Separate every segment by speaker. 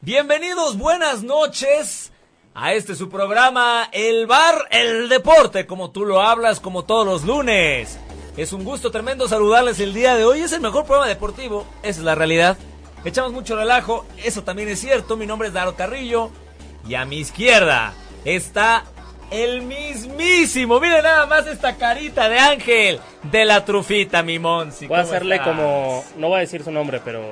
Speaker 1: Bienvenidos, buenas noches a este su programa El Bar, el Deporte, como tú lo hablas, como todos los lunes. Es un gusto tremendo saludarles el día de hoy. Es el mejor programa deportivo, esa es la realidad. Echamos mucho relajo, eso también es cierto. Mi nombre es Daro Carrillo y a mi izquierda está el mismísimo. Miren nada más esta carita de Ángel de la Trufita, mi Monsi.
Speaker 2: Voy a hacerle estás? como. No voy a decir su nombre, pero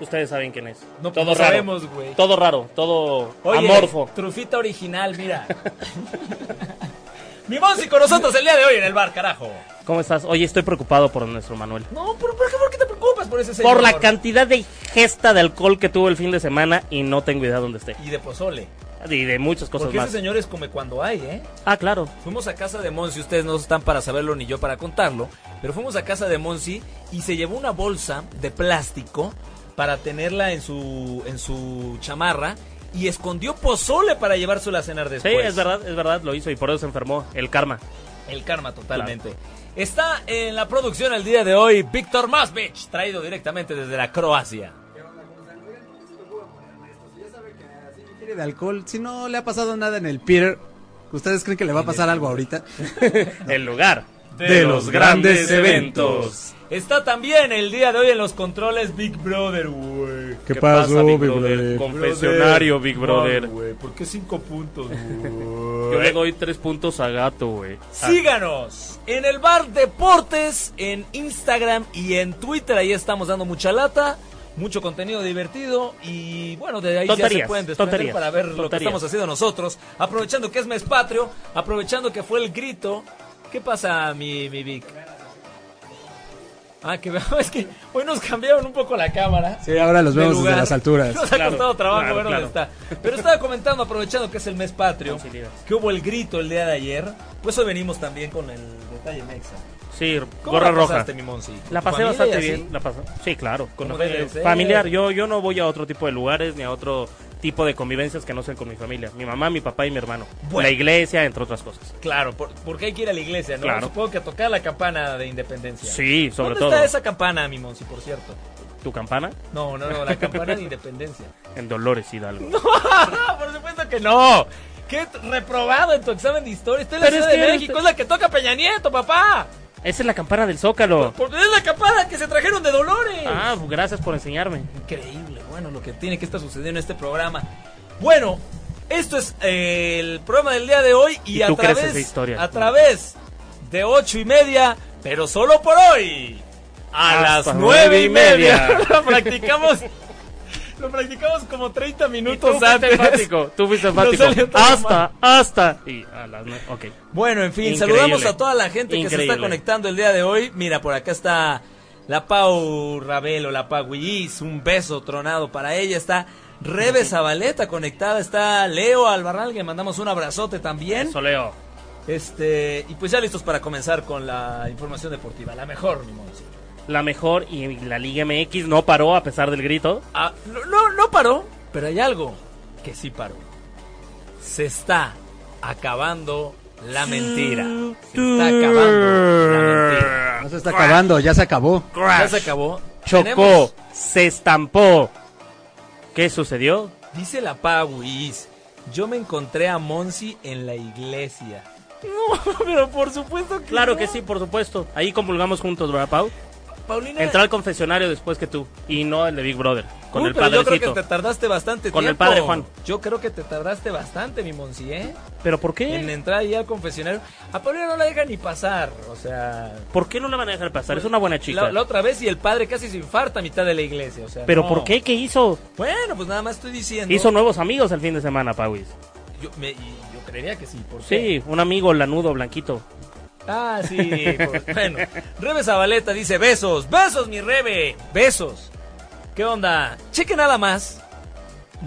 Speaker 2: ustedes saben quién es.
Speaker 1: No, todo no raro. sabemos, güey.
Speaker 2: Todo raro, todo Oye, amorfo.
Speaker 1: Trufita original, mira. mi Monsi con nosotros el día de hoy en el bar, carajo.
Speaker 2: ¿Cómo estás? Oye, estoy preocupado por nuestro Manuel.
Speaker 1: No, ¿por, por, qué, por qué te preocupas por ese señor?
Speaker 2: Por la cantidad de gesta de alcohol que tuvo el fin de semana y no tengo idea dónde esté.
Speaker 1: Y de pozole.
Speaker 2: Y de muchas cosas
Speaker 1: Porque
Speaker 2: más.
Speaker 1: ese señor es come cuando hay, ¿eh?
Speaker 2: Ah, claro.
Speaker 1: Fuimos a casa de Monsi, ustedes no están para saberlo ni yo para contarlo, pero fuimos a casa de Monsi y se llevó una bolsa de plástico para tenerla en su, en su chamarra y escondió pozole para llevársela a cenar después.
Speaker 2: Sí, es verdad, es verdad, lo hizo y por eso se enfermó. El karma.
Speaker 1: El karma, totalmente. Claro. Está en la producción el día de hoy Víctor Masvich, traído directamente desde la Croacia.
Speaker 3: Pues de alcohol. Si no le ha pasado nada en el Peter, ¿ustedes creen que le va a pasar algo ahorita?
Speaker 2: el lugar
Speaker 4: de, de los, los grandes, grandes eventos.
Speaker 1: Está también el día de hoy en los controles Big Brother, güey.
Speaker 4: ¿Qué, ¿Qué pasó, pasa, Big, Big Brother? Brother?
Speaker 2: Confesionario, Big Brother. Man,
Speaker 4: wey, ¿Por qué cinco puntos,
Speaker 2: Yo le doy tres puntos a Gato, güey. Ah,
Speaker 1: Síganos en el bar Deportes, en Instagram y en Twitter. Ahí estamos dando mucha lata mucho contenido divertido y bueno, de ahí
Speaker 2: tonterías,
Speaker 1: ya se pueden
Speaker 2: tonterías,
Speaker 1: para ver tonterías. lo que estamos haciendo nosotros, aprovechando que es mes patrio, aprovechando que fue el grito. ¿Qué pasa, mi, mi Vic? Ah, que es que hoy nos cambiaron un poco la cámara.
Speaker 3: Sí, ahora los vemos de desde las alturas.
Speaker 1: Nos claro, ha costado trabajo claro, ver dónde claro. está. Pero estaba comentando, aprovechando que es el mes patrio, que hubo el grito el día de ayer. Pues hoy venimos también con el detalle mexa.
Speaker 2: Sí, gorra roja.
Speaker 1: Pasaste, mi Monsi?
Speaker 2: La pasé bastante bien. La pasé, sí, claro. Con eh, familiar. Yo, yo no voy a otro tipo de lugares ni a otro tipo de convivencias que no sean con mi familia. Mi mamá, mi papá y mi hermano. Bueno. La iglesia, entre otras cosas.
Speaker 1: Claro, por, porque hay que ir a la iglesia, ¿no?
Speaker 2: Claro.
Speaker 1: Supongo que a tocar la campana de independencia.
Speaker 2: Sí, sobre
Speaker 1: ¿Dónde
Speaker 2: todo.
Speaker 1: ¿Dónde está esa campana, mi Monsi, por cierto?
Speaker 2: ¿Tu campana?
Speaker 1: No, no, no, la campana de independencia.
Speaker 2: En Dolores Hidalgo.
Speaker 1: No, por supuesto que no. ¿Qué reprobado en tu examen de historia? Estoy en la Pero Ciudad es que de México, este... es la que toca Peña Nieto, papá.
Speaker 2: Esa es la campana del Zócalo.
Speaker 1: Porque es la campana que se trajeron de Dolores.
Speaker 2: Ah, gracias por enseñarme.
Speaker 1: Increíble, bueno, lo que tiene que estar sucediendo en este programa. Bueno, esto es eh, el programa del día de hoy y,
Speaker 2: ¿Y
Speaker 1: a
Speaker 2: tú
Speaker 1: través
Speaker 2: crees esa historia?
Speaker 1: a través de ocho y media, pero solo por hoy. A Hasta las nueve y media. media. lo practicamos. Lo practicamos como 30 minutos
Speaker 2: ¿Y tú
Speaker 1: antes.
Speaker 2: Enfático, tú fuiste enfático. hasta, hasta. Y a las okay.
Speaker 1: Bueno, en fin, Increíble. saludamos a toda la gente Increíble. que se está conectando el día de hoy. Mira, por acá está la Pau Ravelo, la Pau Guilliz. Un beso tronado para ella. Está Rebe Zabaleta conectada. Está Leo Albarral, que mandamos un abrazote también.
Speaker 2: Eso, Leo.
Speaker 1: Este, y pues ya listos para comenzar con la información deportiva. La mejor, mi monstruo
Speaker 2: la mejor y la Liga MX no paró a pesar del grito.
Speaker 1: Ah, no, no, no paró, pero hay algo que sí paró. Se está acabando la mentira. Se está acabando la mentira.
Speaker 3: No se está Crash. acabando, ya se acabó.
Speaker 1: Crash. Ya se acabó.
Speaker 2: Chocó, Tenemos... se estampó. ¿Qué sucedió?
Speaker 1: Dice la Pauis, yo me encontré a Monsi en la iglesia.
Speaker 2: No, pero por supuesto que
Speaker 1: Claro
Speaker 2: no.
Speaker 1: que sí, por supuesto.
Speaker 2: Ahí comulgamos juntos, ¿verdad, Pau?
Speaker 1: Paulina.
Speaker 2: Entró al confesionario después que tú y no el de Big Brother, con
Speaker 1: Uy,
Speaker 2: el
Speaker 1: Uh, pero
Speaker 2: padrecito.
Speaker 1: Yo creo que te tardaste bastante
Speaker 2: Con el
Speaker 1: tiempo.
Speaker 2: padre Juan.
Speaker 1: Yo creo que te tardaste bastante, mi Monsi, ¿eh?
Speaker 2: ¿Pero por
Speaker 1: En
Speaker 2: qué?
Speaker 1: entrar ahí al confesionario. A Paulina no la deja ni pasar, o sea...
Speaker 2: ¿Por qué no la van a dejar pasar? Es una buena chica.
Speaker 1: La, la otra vez y el padre casi se infarta a mitad de la iglesia, o sea...
Speaker 2: ¿Pero
Speaker 1: no.
Speaker 2: por qué? ¿Qué hizo?
Speaker 1: Bueno, pues nada más estoy diciendo...
Speaker 2: Hizo nuevos amigos el fin de semana, Pauis.
Speaker 1: Yo, me- y yo creería que sí, ¿por qué?
Speaker 2: Sí, un amigo lanudo, blanquito.
Speaker 1: Ah, sí. pues, bueno, Rebe Zabaleta dice besos, besos mi Rebe, besos. ¿Qué onda? Cheque nada más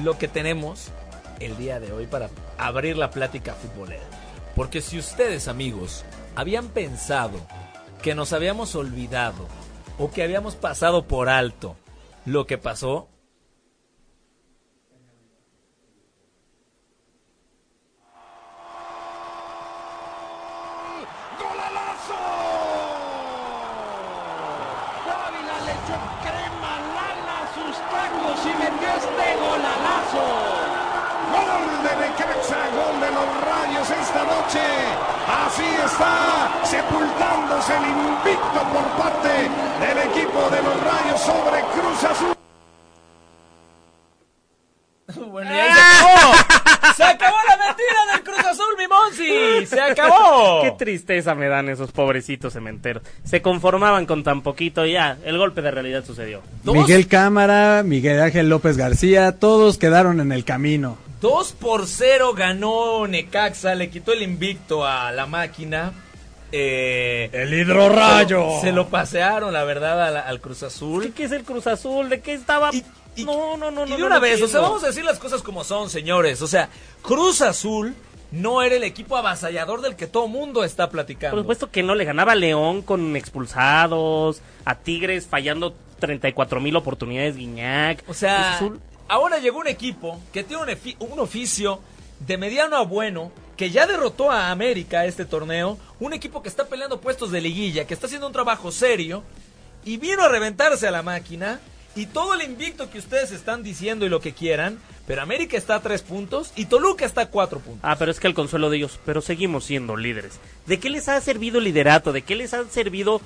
Speaker 1: lo que tenemos el día de hoy para abrir la plática futbolera. Porque si ustedes, amigos, habían pensado que nos habíamos olvidado o que habíamos pasado por alto lo que pasó,
Speaker 5: Dávila le echó crema lana a sus tacos y metió este golalazo.
Speaker 6: Gol de Necaxa, gol de los Rayos esta noche. Así está sepultándose el invicto por parte del equipo de los Rayos sobre Cruz Azul.
Speaker 1: Bueno, y ahí se acabó. Se acabó la mentira del Cruz Azul, mi Monsi. Se acabó.
Speaker 2: Qué tristeza me dan esos pobrecitos cementeros. Se conformaban con tan poquito y ya, el golpe de realidad sucedió.
Speaker 1: Dos-
Speaker 3: Miguel Cámara, Miguel Ángel López García, todos quedaron en el camino.
Speaker 1: 2 por 0 ganó Necaxa, le quitó el invicto a la máquina. Eh,
Speaker 3: El hidrorrayo.
Speaker 1: Se lo pasearon, la verdad, al, al Cruz Azul.
Speaker 2: ¿Qué, qué es el Cruz Azul? ¿De qué estaba?
Speaker 1: Y- y-
Speaker 2: no, no, no.
Speaker 1: y
Speaker 2: no,
Speaker 1: de
Speaker 2: no
Speaker 1: una
Speaker 2: lo
Speaker 1: vez, o sea,
Speaker 2: entiendo.
Speaker 1: vamos a decir las cosas como son, señores. O sea, Cruz Azul no era el equipo avasallador del que todo mundo está platicando.
Speaker 2: Por supuesto que no, le ganaba a León con expulsados, a Tigres fallando 34 mil oportunidades, Guiñac.
Speaker 1: O sea,
Speaker 2: Cruz Azul.
Speaker 1: ahora llegó un equipo que tiene un, efi- un oficio de mediano a bueno, que ya derrotó a América este torneo, un equipo que está peleando puestos de liguilla, que está haciendo un trabajo serio, y vino a reventarse a la máquina, y todo el invicto que ustedes están diciendo y lo que quieran, pero América está a tres puntos y Toluca está a cuatro puntos.
Speaker 2: Ah, pero es que el consuelo de ellos, pero seguimos siendo líderes. ¿De qué les ha servido el liderato? ¿De qué les han servido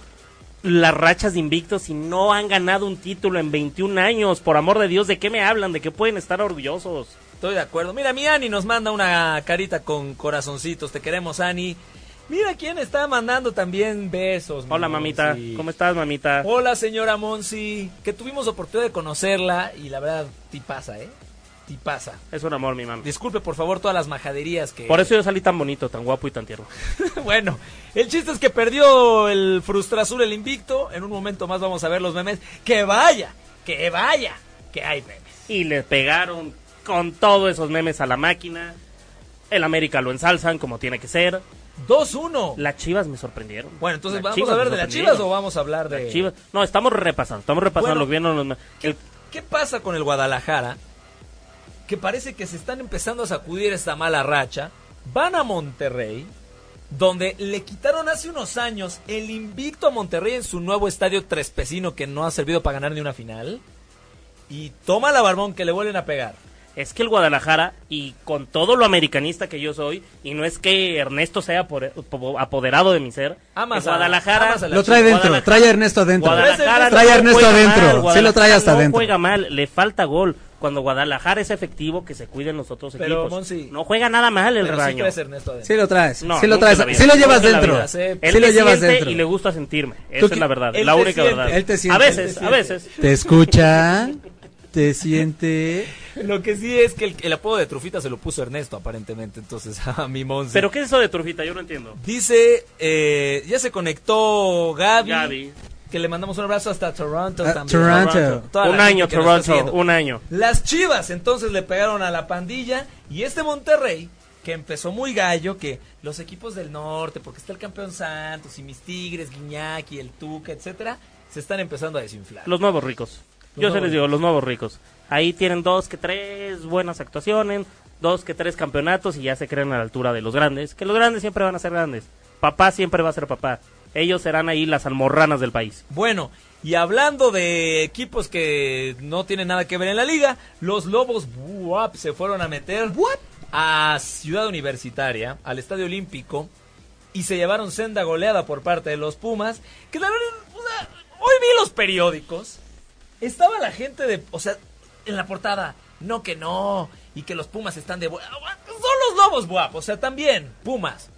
Speaker 2: las rachas de invictos si no han ganado un título en 21 años? Por amor de Dios, ¿de qué me hablan? ¿De qué pueden estar orgullosos?
Speaker 1: Estoy de acuerdo. Mira, mi Ani nos manda una carita con corazoncitos, te queremos Ani. Mira quién está mandando también besos. mi
Speaker 2: Hola, mamita.
Speaker 1: amor, sí. Oh.
Speaker 2: ¿Cómo estás, mamita?
Speaker 1: Hola, señora Monsi, que tuvimos oportunidad de conocerla y la verdad, ti pasa, ¿eh? Ti pasa.
Speaker 2: Es un amor, mi mamá.
Speaker 1: Disculpe, por favor, todas las majaderías que...
Speaker 2: Por e- eso yo salí tan bonito, tan guapo y tan tierno.
Speaker 1: bueno, el chiste es que perdió el Frustrazul, el invicto. En un momento más vamos a ver los memes. ¡Que vaya! ¡Que vaya! Que hay memes.
Speaker 2: Y le pegaron con todos esos memes a la máquina. El América lo ensalzan como tiene que ser.
Speaker 1: 2-1.
Speaker 2: Las chivas me sorprendieron.
Speaker 1: Bueno, entonces,
Speaker 2: Las
Speaker 1: ¿vamos
Speaker 2: Chivas
Speaker 1: a hablar
Speaker 2: me
Speaker 1: de las
Speaker 2: sorprendieron.
Speaker 1: chivas o vamos a hablar de...?
Speaker 2: Las Chivas. No, estamos repasando. Estamos repasando
Speaker 1: Bueno.
Speaker 2: lo que vieron los. ma- el-
Speaker 1: ¿Qué pasa con el Guadalajara? Que parece que se están empezando a sacudir esta mala racha. Van a Monterrey, donde le quitaron hace unos años el invicto a Monterrey en su nuevo estadio trespecino que no ha servido para ganar ni una final. Y toma la barbón que le vuelven a pegar.
Speaker 2: Es que el Guadalajara, y con todo lo americanista que yo soy, y no es que Ernesto sea por- po- apoderado de mi ser,
Speaker 1: Amas
Speaker 2: el
Speaker 1: a-
Speaker 2: Guadalajara
Speaker 1: amas a la
Speaker 3: Lo trae dentro,
Speaker 2: Guadalajara-
Speaker 3: trae a Ernesto adentro.
Speaker 2: Guadalajara
Speaker 3: Trae a Ernesto
Speaker 2: juega
Speaker 3: adentro, sí lo
Speaker 2: Guadalajara
Speaker 3: trae hasta
Speaker 2: no
Speaker 3: adentro.
Speaker 2: juega mal, le falta gol. Cuando Guadalajara es efectivo, que se cuiden los otros
Speaker 1: Pero,
Speaker 2: equipos.
Speaker 1: Monsi,
Speaker 2: no juega nada mal el
Speaker 1: Pero sí
Speaker 2: rebaño.
Speaker 1: traes a Ernesto adentro.
Speaker 3: Sí lo traes,
Speaker 2: No,
Speaker 3: sí lo
Speaker 2: nunca
Speaker 3: traes,
Speaker 2: en la vida.
Speaker 3: sí lo
Speaker 2: Nunca
Speaker 3: llevas
Speaker 2: en la
Speaker 3: dentro.
Speaker 2: vida.
Speaker 3: Sí
Speaker 1: Él
Speaker 2: Él
Speaker 3: lo
Speaker 2: me
Speaker 3: llevas
Speaker 2: siente
Speaker 3: dentro.
Speaker 2: Y le gusta sentirme.
Speaker 3: Tú
Speaker 2: Esa es
Speaker 3: qui-
Speaker 2: la verdad,
Speaker 1: él
Speaker 2: la
Speaker 1: te
Speaker 2: única
Speaker 1: siente,
Speaker 2: verdad.
Speaker 3: él te
Speaker 2: a
Speaker 3: siente, él
Speaker 2: veces,
Speaker 3: te
Speaker 2: a veces.
Speaker 3: Te escucha, te siente.
Speaker 1: Lo que sí es que el, el apodo de Trufita se lo puso Ernesto, aparentemente. Entonces, a mi Monse.
Speaker 2: Pero ¿qué es eso de Trufita? Yo no entiendo.
Speaker 1: Dice, eh, ya se conectó Gaby,
Speaker 2: Gaby.
Speaker 1: Que le mandamos un abrazo hasta Toronto
Speaker 3: Ah,
Speaker 1: también.
Speaker 3: Toronto.
Speaker 1: Toda
Speaker 2: Un
Speaker 1: la gente
Speaker 2: año,
Speaker 1: que nos está
Speaker 2: Toronto,
Speaker 1: siguiendo.
Speaker 2: un año.
Speaker 1: Las Chivas entonces le pegaron a la pandilla y este Monterrey que empezó muy gallo, que los equipos del norte, porque está el campeón Santos y mis Tigres, Guiñaki, el Tuca, etcétera, se están empezando a desinflar.
Speaker 2: Los nuevos ricos.
Speaker 1: Los
Speaker 2: Yo se
Speaker 1: nuevos
Speaker 2: les digo, los nuevos ricos. Ahí tienen dos que tres buenas actuaciones, dos que tres campeonatos y ya se creen a la altura de los grandes. Que los grandes siempre van a ser grandes. Papá siempre va a ser papá. Ellos serán ahí las almorranas del país.
Speaker 1: Bueno, y hablando de equipos que no tienen nada que ver en la liga, los Lobos ¡buap! se fueron a meter a Ciudad Universitaria, al Estadio Olímpico, y se llevaron senda goleada por parte de los Pumas, que la verdad, o sea, Hoy vi los periódicos. Estaba la gente de. O sea, en la portada. No, que no. Y que los Pumas están de. bu- Son los lobos, guapo. O sea, también. Pumas.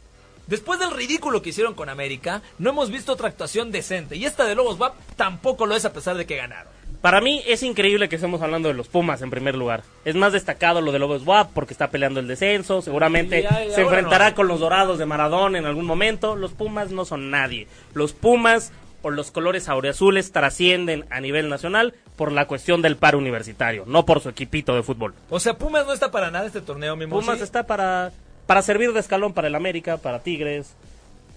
Speaker 1: Después del ridículo que hicieron con América, no hemos visto otra actuación decente. Y esta de Lobos WAP tampoco lo es a pesar de que ganaron.
Speaker 2: Para mí es increíble que estemos hablando de los Pumas en primer lugar. Es más destacado lo de Lobos WAP porque está peleando el descenso. Seguramente
Speaker 1: Y ya- ya ahora
Speaker 2: se enfrentará
Speaker 1: no.
Speaker 2: con los Dorados de Maradona en algún momento. Los Pumas no son nadie. Los Pumas o los colores aureazules trascienden a nivel nacional por la cuestión del paro universitario, no por su equipito de fútbol.
Speaker 1: O sea, Pumas no está para nada este torneo, mi Monsi.
Speaker 2: Pumas está para, para servir de escalón para el América, para Tigres.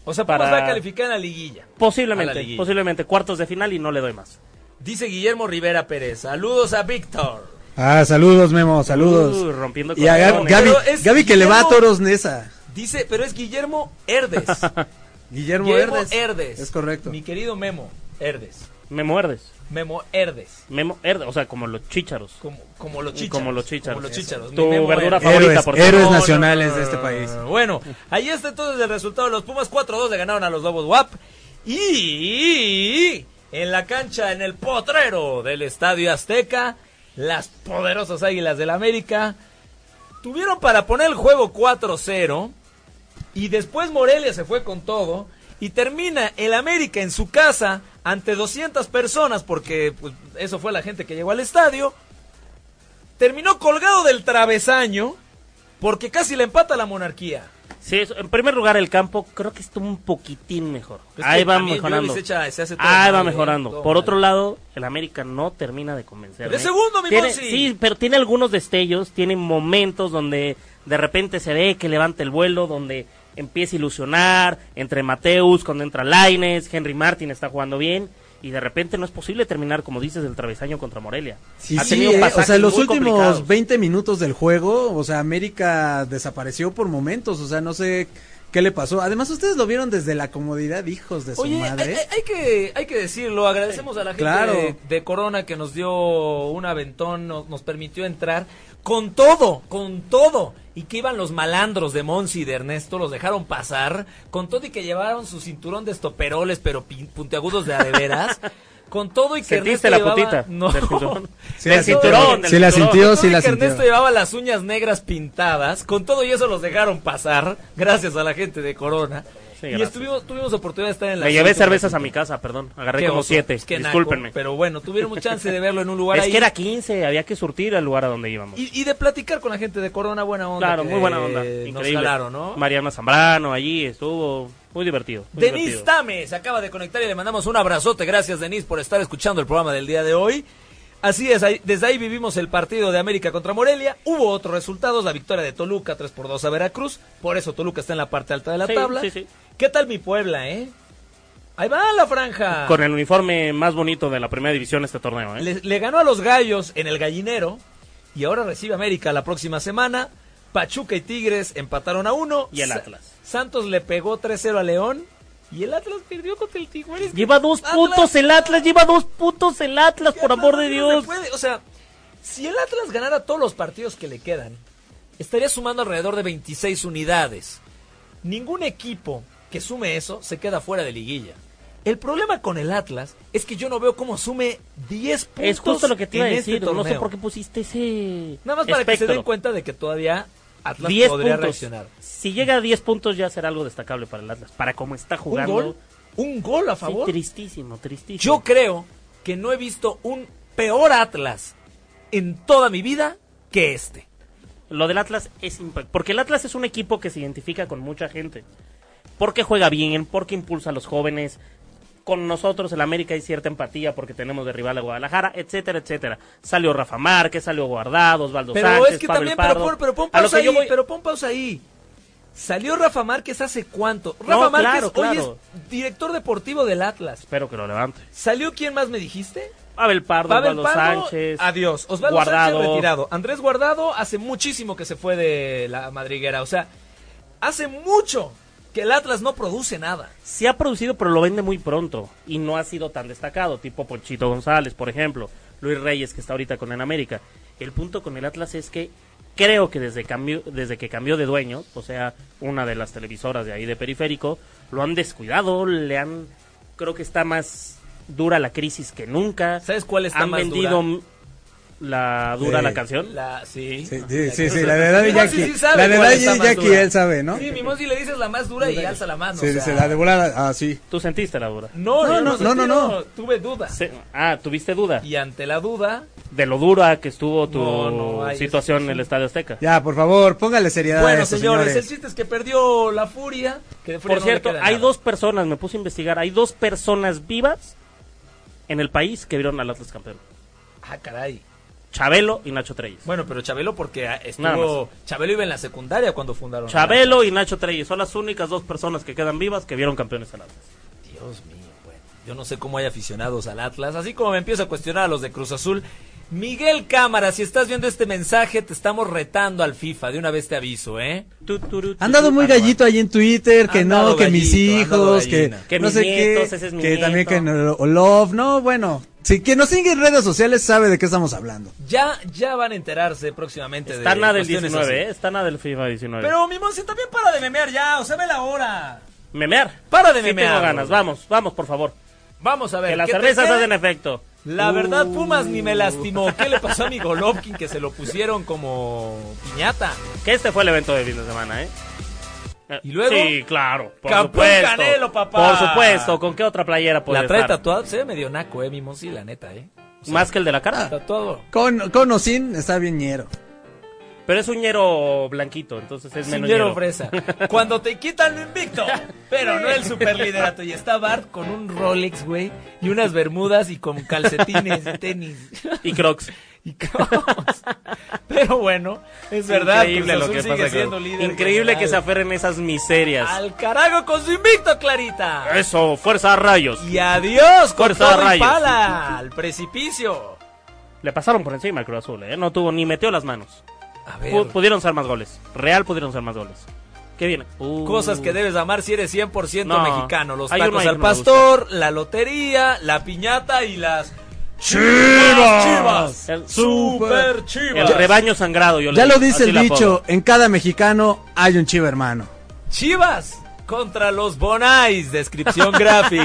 Speaker 1: O sea, Pumas
Speaker 2: para-
Speaker 1: va a calificar en la liguilla. A la
Speaker 2: Posiblemente,
Speaker 1: liguilla.
Speaker 2: posiblemente cuartos de final y no le doy más.
Speaker 1: Dice Guillermo Rivera Pérez. Saludos a Víctor.
Speaker 3: Ah, saludos, Memo, saludos.
Speaker 2: Uh, rompiendo
Speaker 3: y a Gab-
Speaker 2: corazones.
Speaker 3: Gaby,
Speaker 1: Pero es
Speaker 3: Gaby que le va a
Speaker 1: Guillermo-
Speaker 3: toros Nesa.
Speaker 1: Dice, pero es Guillermo Herdes.
Speaker 3: Guillermo,
Speaker 1: Guillermo
Speaker 3: Herdes.
Speaker 1: Herdes.
Speaker 3: Es correcto.
Speaker 1: Mi querido Memo Herdes.
Speaker 2: Me muerdes.
Speaker 1: Memo Herdes.
Speaker 2: Memo Herde, o sea, como los chícharos.
Speaker 1: Como, como los
Speaker 2: Y
Speaker 1: chícharos.
Speaker 2: como los chícharos.
Speaker 1: Como los chícharos.
Speaker 2: Tu
Speaker 1: Mi Memo
Speaker 2: verdura
Speaker 1: Herdes.
Speaker 2: favorita,
Speaker 3: Héroes,
Speaker 2: por cierto.
Speaker 3: héroes
Speaker 2: No, no,
Speaker 3: nacionales de este país.
Speaker 1: Bueno, ahí está entonces el resultado. Los Pumas 4-2 le ganaron a los Lobos WAP. Y en la cancha, en el potrero del Estadio Azteca, las poderosas Águilas del América tuvieron para poner el juego 4-0. Y después Morelia se fue con todo. Y termina el América en su casa ante 200 personas, porque pues, eso fue la gente que llegó al estadio. Terminó colgado del travesaño, porque casi le empata la monarquía.
Speaker 2: Sí, eso- en primer lugar el campo creo que está un poquitín mejor.
Speaker 1: Es que
Speaker 2: Ahí va
Speaker 1: también
Speaker 2: mejorando.
Speaker 1: Dionis echa- se hace todo
Speaker 2: Ahí va
Speaker 1: mal, ¿eh?
Speaker 2: mejorando.
Speaker 1: Todo
Speaker 2: Por
Speaker 1: mal.
Speaker 2: otro lado, el América no termina de convencer. ¿eh?
Speaker 1: ¡De segundo, mi
Speaker 2: Tiene-
Speaker 1: Monsi!
Speaker 2: Sí, pero tiene algunos destellos, tiene momentos donde de repente se ve que levanta el vuelo, donde empieza a ilusionar, entre Mateus, cuando entra Laines, Henry Martin está jugando bien. Y de repente no es posible terminar, como dices, el travesaño contra Morelia.
Speaker 3: Sí,
Speaker 2: Ha
Speaker 3: sí,
Speaker 2: tenido
Speaker 3: eh, o
Speaker 2: pasajes
Speaker 3: sea, los
Speaker 2: muy
Speaker 3: últimos
Speaker 2: complicados.
Speaker 3: 20 minutos del juego, o sea, América desapareció por momentos, o sea, no sé qué le pasó. Además, ustedes lo vieron desde la comodidad, hijos de su
Speaker 1: Oye, eh, hay,
Speaker 3: madre.
Speaker 1: hay- hay que, hay que decirlo, agradecemos a la gente
Speaker 3: Claro.
Speaker 1: de, de Corona que nos dio un aventón, nos, nos permitió entrar con todo, con todo. Y que iban los malandros de Monsi y de Ernesto, los dejaron pasar, con todo y que llevaron su cinturón de estoperoles, pero pin- puntiagudos de adeveras. Con todo y que
Speaker 2: ¿Sentiste
Speaker 1: Ernesto
Speaker 2: la
Speaker 1: llevaba-
Speaker 2: puntita
Speaker 1: No.
Speaker 2: del cinturón?
Speaker 3: Sí,
Speaker 2: del
Speaker 3: la sintió,
Speaker 2: cinturón, del
Speaker 3: sí la
Speaker 2: cinturón.
Speaker 3: sintió,
Speaker 1: Con
Speaker 3: sí
Speaker 1: todo
Speaker 3: la
Speaker 1: y que
Speaker 3: sintió.
Speaker 1: Ernesto llevaba las uñas negras pintadas, con todo y eso los dejaron pasar, gracias a la gente de Corona.
Speaker 2: Sí,
Speaker 1: y
Speaker 2: gracias.
Speaker 1: estuvimos, tuvimos oportunidad de estar en la
Speaker 2: Me llevé
Speaker 1: suite.
Speaker 2: cervezas a mi casa, perdón. Agarré
Speaker 1: Qué
Speaker 2: como
Speaker 1: oso,
Speaker 2: siete.
Speaker 1: es que naco,
Speaker 2: Discúlpenme.
Speaker 1: pero bueno, tuvieron chance de verlo en un lugar
Speaker 2: es
Speaker 1: ahí.
Speaker 2: que era 15, había que surtir al lugar a donde íbamos.
Speaker 1: y, y de platicar con la gente de Corona, buena onda.
Speaker 2: claro,
Speaker 1: que
Speaker 2: muy buena onda.
Speaker 1: nos
Speaker 2: Increíble.
Speaker 1: jalaron, ¿no?
Speaker 2: Mariana Zambrano allí estuvo. Muy divertido. muy
Speaker 1: Denis
Speaker 2: divertido.
Speaker 1: Tames acaba de conectar y le mandamos un abrazote. Gracias, Denis, por estar escuchando el programa del día de hoy. Así es, ahí- desde ahí vivimos el partido de América contra Morelia. Hubo otros resultados, la victoria de Toluca 3 por 2 a Veracruz. Por eso Toluca está en la parte alta de la
Speaker 2: Sí,
Speaker 1: tabla.
Speaker 2: sí, sí.
Speaker 1: ¿Qué tal mi Puebla, eh? Ahí va la franja.
Speaker 2: Con el uniforme más bonito de la primera división este torneo, ¿eh?
Speaker 1: Le, le ganó a los Gallos en el Gallinero y ahora recibe a América la próxima semana. Pachuca y Tigres empataron a uno.
Speaker 2: Y el
Speaker 1: Sa-
Speaker 2: Atlas.
Speaker 1: Santos le pegó 3-0 a León y el Atlas perdió contra el Tigres.
Speaker 2: Lleva dos
Speaker 1: Atlas.
Speaker 2: puntos el Atlas, lleva dos puntos el Atlas, por amor de
Speaker 1: No
Speaker 2: Dios.
Speaker 1: se puede, O sea, si el Atlas ganara todos los partidos que le quedan, estaría sumando alrededor de 26 unidades. Ningún equipo que sume eso se queda fuera de liguilla. El problema con el Atlas es que yo no veo cómo sume 10 puntos.
Speaker 2: Es justo lo que te iba a
Speaker 1: en este
Speaker 2: decir. no sé
Speaker 1: torneo.
Speaker 2: por qué pusiste ese.
Speaker 1: Nada más para que se
Speaker 2: espectro.
Speaker 1: den cuenta de que todavía Atlas
Speaker 2: 10
Speaker 1: podría
Speaker 2: puntos.
Speaker 1: reaccionar.
Speaker 2: Si llega a 10 puntos ya será algo destacable para el Atlas. Para cómo está
Speaker 1: Un
Speaker 2: jugando.
Speaker 1: gol, un gol a
Speaker 2: Sí,
Speaker 1: favor.
Speaker 2: tristísimo, tristísimo.
Speaker 1: Yo creo que no he visto un peor Atlas en toda mi vida que este.
Speaker 2: Lo del Atlas es impa- Porque el Atlas es un equipo que se identifica con mucha gente. Porque juega bien, porque impulsa a los jóvenes. Con nosotros, el América, hay cierta empatía porque tenemos de rival a Guadalajara, etcétera, etcétera. Salió Rafa Márquez, salió Guardado, Osvaldo
Speaker 1: Pero
Speaker 2: Sánchez,
Speaker 1: es que
Speaker 2: Pavel
Speaker 1: también,
Speaker 2: Pardo.
Speaker 1: pero pon, pero pon
Speaker 2: A lo
Speaker 1: pausa
Speaker 2: que yo
Speaker 1: ahí,
Speaker 2: voy-
Speaker 1: pero pon pausa ahí. Salió Rafa Márquez hace cuánto.
Speaker 2: No,
Speaker 1: Rafa Márquez
Speaker 2: claro, claro.
Speaker 1: hoy es director deportivo del Atlas.
Speaker 2: Espero que lo levante.
Speaker 1: ¿Salió quién más me dijiste?
Speaker 2: Pavel Pardo,
Speaker 1: Pavel
Speaker 2: Osvaldo
Speaker 1: Pardo,
Speaker 2: Sánchez.
Speaker 1: Adiós. Osvaldo
Speaker 2: Guardado.
Speaker 1: Sánchez retirado. Andrés Guardado hace muchísimo que se fue de la madriguera. O sea, hace mucho que el Atlas no produce nada.
Speaker 2: Sí ha producido, pero lo vende muy pronto y no ha sido tan destacado, tipo Ponchito González, por ejemplo, Luis Reyes que está ahorita con el América. El punto con el Atlas es que creo que desde cambió, desde que cambió de dueño, o sea, una de las televisoras de ahí de periférico, lo han descuidado, le han creo que está más dura la crisis que nunca.
Speaker 1: ¿Sabes cuál está
Speaker 2: Han
Speaker 1: más
Speaker 2: vendido
Speaker 1: dura? Eh,
Speaker 2: m- la dura
Speaker 3: Sí.
Speaker 2: la canción.
Speaker 1: La, sí.
Speaker 3: Sí,
Speaker 1: La
Speaker 3: sí,
Speaker 1: que-
Speaker 3: sí, sí, la verdad de
Speaker 1: Mi Monsi
Speaker 3: Jackie.
Speaker 1: sí sabe
Speaker 3: la
Speaker 1: cuál
Speaker 3: verdad de
Speaker 1: está más
Speaker 3: Jackie,
Speaker 1: dura.
Speaker 3: él sabe, ¿no?
Speaker 1: Sí, mi Monsi le dices la más dura y alza la mano.
Speaker 3: Sí,
Speaker 1: ah, o
Speaker 3: dice,
Speaker 1: sea,
Speaker 3: la Ah, de volar así.
Speaker 2: Tú sentiste la dura.
Speaker 1: No,
Speaker 3: No,
Speaker 1: yo
Speaker 3: no, no, no,
Speaker 1: sentí,
Speaker 3: no.
Speaker 1: Tuve dudas.
Speaker 2: Se- ah, tuviste duda
Speaker 1: Y ante la duda,
Speaker 2: de lo dura que estuvo tu
Speaker 1: No, no, ay,
Speaker 2: situación
Speaker 1: es-
Speaker 2: en el Estadio Azteca.
Speaker 3: Ya, por favor, póngale seriedad
Speaker 1: bueno,
Speaker 3: a esto,
Speaker 1: señores,
Speaker 3: señores.
Speaker 1: el chiste es que perdió la furia. Que de furia
Speaker 2: Por
Speaker 1: no le
Speaker 2: cierto,
Speaker 1: queda
Speaker 2: hay
Speaker 1: nada.
Speaker 2: dos personas, me puse a investigar, hay dos personas vivas en el país que vieron al Atlas campeón.
Speaker 1: Ah, caray.
Speaker 2: Chabelo y Nacho Treyes.
Speaker 1: Bueno, pero Chabelo porque ah,
Speaker 2: Nada
Speaker 1: estuvo... Chabelo iba en la secundaria cuando fundaron. la-
Speaker 2: Chabelo y Nacho Treyes son las únicas dos personas que quedan vivas que vieron campeones al Atlas.
Speaker 1: Dios mío, bueno. Yo no sé cómo hay aficionados al Atlas, así como me empiezo a cuestionar a los de Cruz Azul. Miguel Cámara, si estás viendo este mensaje, te estamos retando al FIFA. De una vez te aviso, ¿eh?
Speaker 2: Tu, tu, tu,
Speaker 3: Han dado
Speaker 2: tu,
Speaker 3: muy
Speaker 2: tu, tu.
Speaker 3: gallito ahí en Twitter, que
Speaker 1: Han
Speaker 3: no,
Speaker 1: dado
Speaker 3: que mis
Speaker 1: gallito, han dado
Speaker 3: hijos, que,
Speaker 1: gallina.
Speaker 2: Que
Speaker 3: no
Speaker 2: mis
Speaker 3: sé
Speaker 2: nietos,
Speaker 3: qué,
Speaker 2: ese es mi
Speaker 3: que
Speaker 2: nieto.
Speaker 3: también que no- o love, no, bueno, si quien nos sigue en redes sociales sabe de qué estamos hablando.
Speaker 1: Ya, ya van a enterarse próximamente de
Speaker 2: Estana del
Speaker 1: cuestiones
Speaker 2: 19,
Speaker 1: así.
Speaker 2: ¿eh? Estana del FIFA 19.
Speaker 1: Pero, mi Monse, también para de memear ya, o sea, ve la hora.
Speaker 2: Memear.
Speaker 1: Para de
Speaker 2: Sí
Speaker 1: memear,
Speaker 2: tengo ganas,
Speaker 1: bro.
Speaker 2: vamos, vamos, por favor.
Speaker 1: Vamos a ver.
Speaker 2: Que las
Speaker 1: ¿qué te
Speaker 2: cervezas
Speaker 1: queda?
Speaker 2: hacen efecto. Uh,
Speaker 1: La verdad, Pumas ni me lastimó. ¿Qué le pasó a mi Golovkin que se lo pusieron como piñata?
Speaker 2: Que este fue el evento de fin de semana, ¿eh? Eh,
Speaker 1: ¿Y luego?
Speaker 2: Sí, claro. Por
Speaker 1: Campeón
Speaker 2: supuesto.
Speaker 1: Canelo, papá.
Speaker 2: Por supuesto. ¿Con qué otra playera puede
Speaker 1: La trae
Speaker 2: estar?
Speaker 1: tatuado, se ve medio naco, eh, mi Monsi, la neta, eh.
Speaker 2: Más que el de la cara.
Speaker 1: Tatuado.
Speaker 3: Con, con o sin, está bien ñero.
Speaker 2: Pero es un ñero blanquito, entonces es menos
Speaker 1: Señor
Speaker 2: ñero.
Speaker 1: Fresa, cuando te quitan lo invicto, pero no el superliderato. Y está Bart con un Rolex, güey, y unas bermudas y con calcetines y tenis.
Speaker 2: Y Crocs.
Speaker 1: Y caos. Pero bueno, es verdad.
Speaker 2: Increíble
Speaker 1: Cruz
Speaker 2: lo
Speaker 1: Azul
Speaker 2: que
Speaker 1: sigue
Speaker 2: pasa.
Speaker 1: siendo
Speaker 2: con-
Speaker 1: líder
Speaker 2: Increíble que se
Speaker 1: general.
Speaker 2: aferren esas miserias.
Speaker 1: Al carajo con su invicto, Clarita.
Speaker 2: Eso, fuerza a rayos.
Speaker 1: Y adiós, con
Speaker 2: Fuerza,
Speaker 1: todo y
Speaker 2: rayos.
Speaker 1: pala, al precipicio.
Speaker 2: Le pasaron por encima al Cruz Azul, ¿eh? No tuvo ni metió las manos.
Speaker 1: A
Speaker 2: Pu-
Speaker 1: ver,
Speaker 2: pudieron ser más goles. Real pudieron ser más goles. Qué bien. Uh.
Speaker 1: cosas que debes amar si eres 100%
Speaker 2: No,
Speaker 1: mexicano. Los
Speaker 2: hay
Speaker 1: tacos
Speaker 2: una ahí
Speaker 1: al
Speaker 2: que no me gusta.
Speaker 1: pastor, la lotería, la piñata y las...
Speaker 2: ¡Chivas! El,
Speaker 1: Super
Speaker 2: el
Speaker 1: chivas.
Speaker 2: rebaño sangrado, yo le
Speaker 3: Ya lo
Speaker 2: digo.
Speaker 3: dice
Speaker 2: Así
Speaker 3: el
Speaker 2: le apodo.
Speaker 3: dicho, en cada mexicano hay un chivo hermano.
Speaker 1: Chivas contra los Bonais, descripción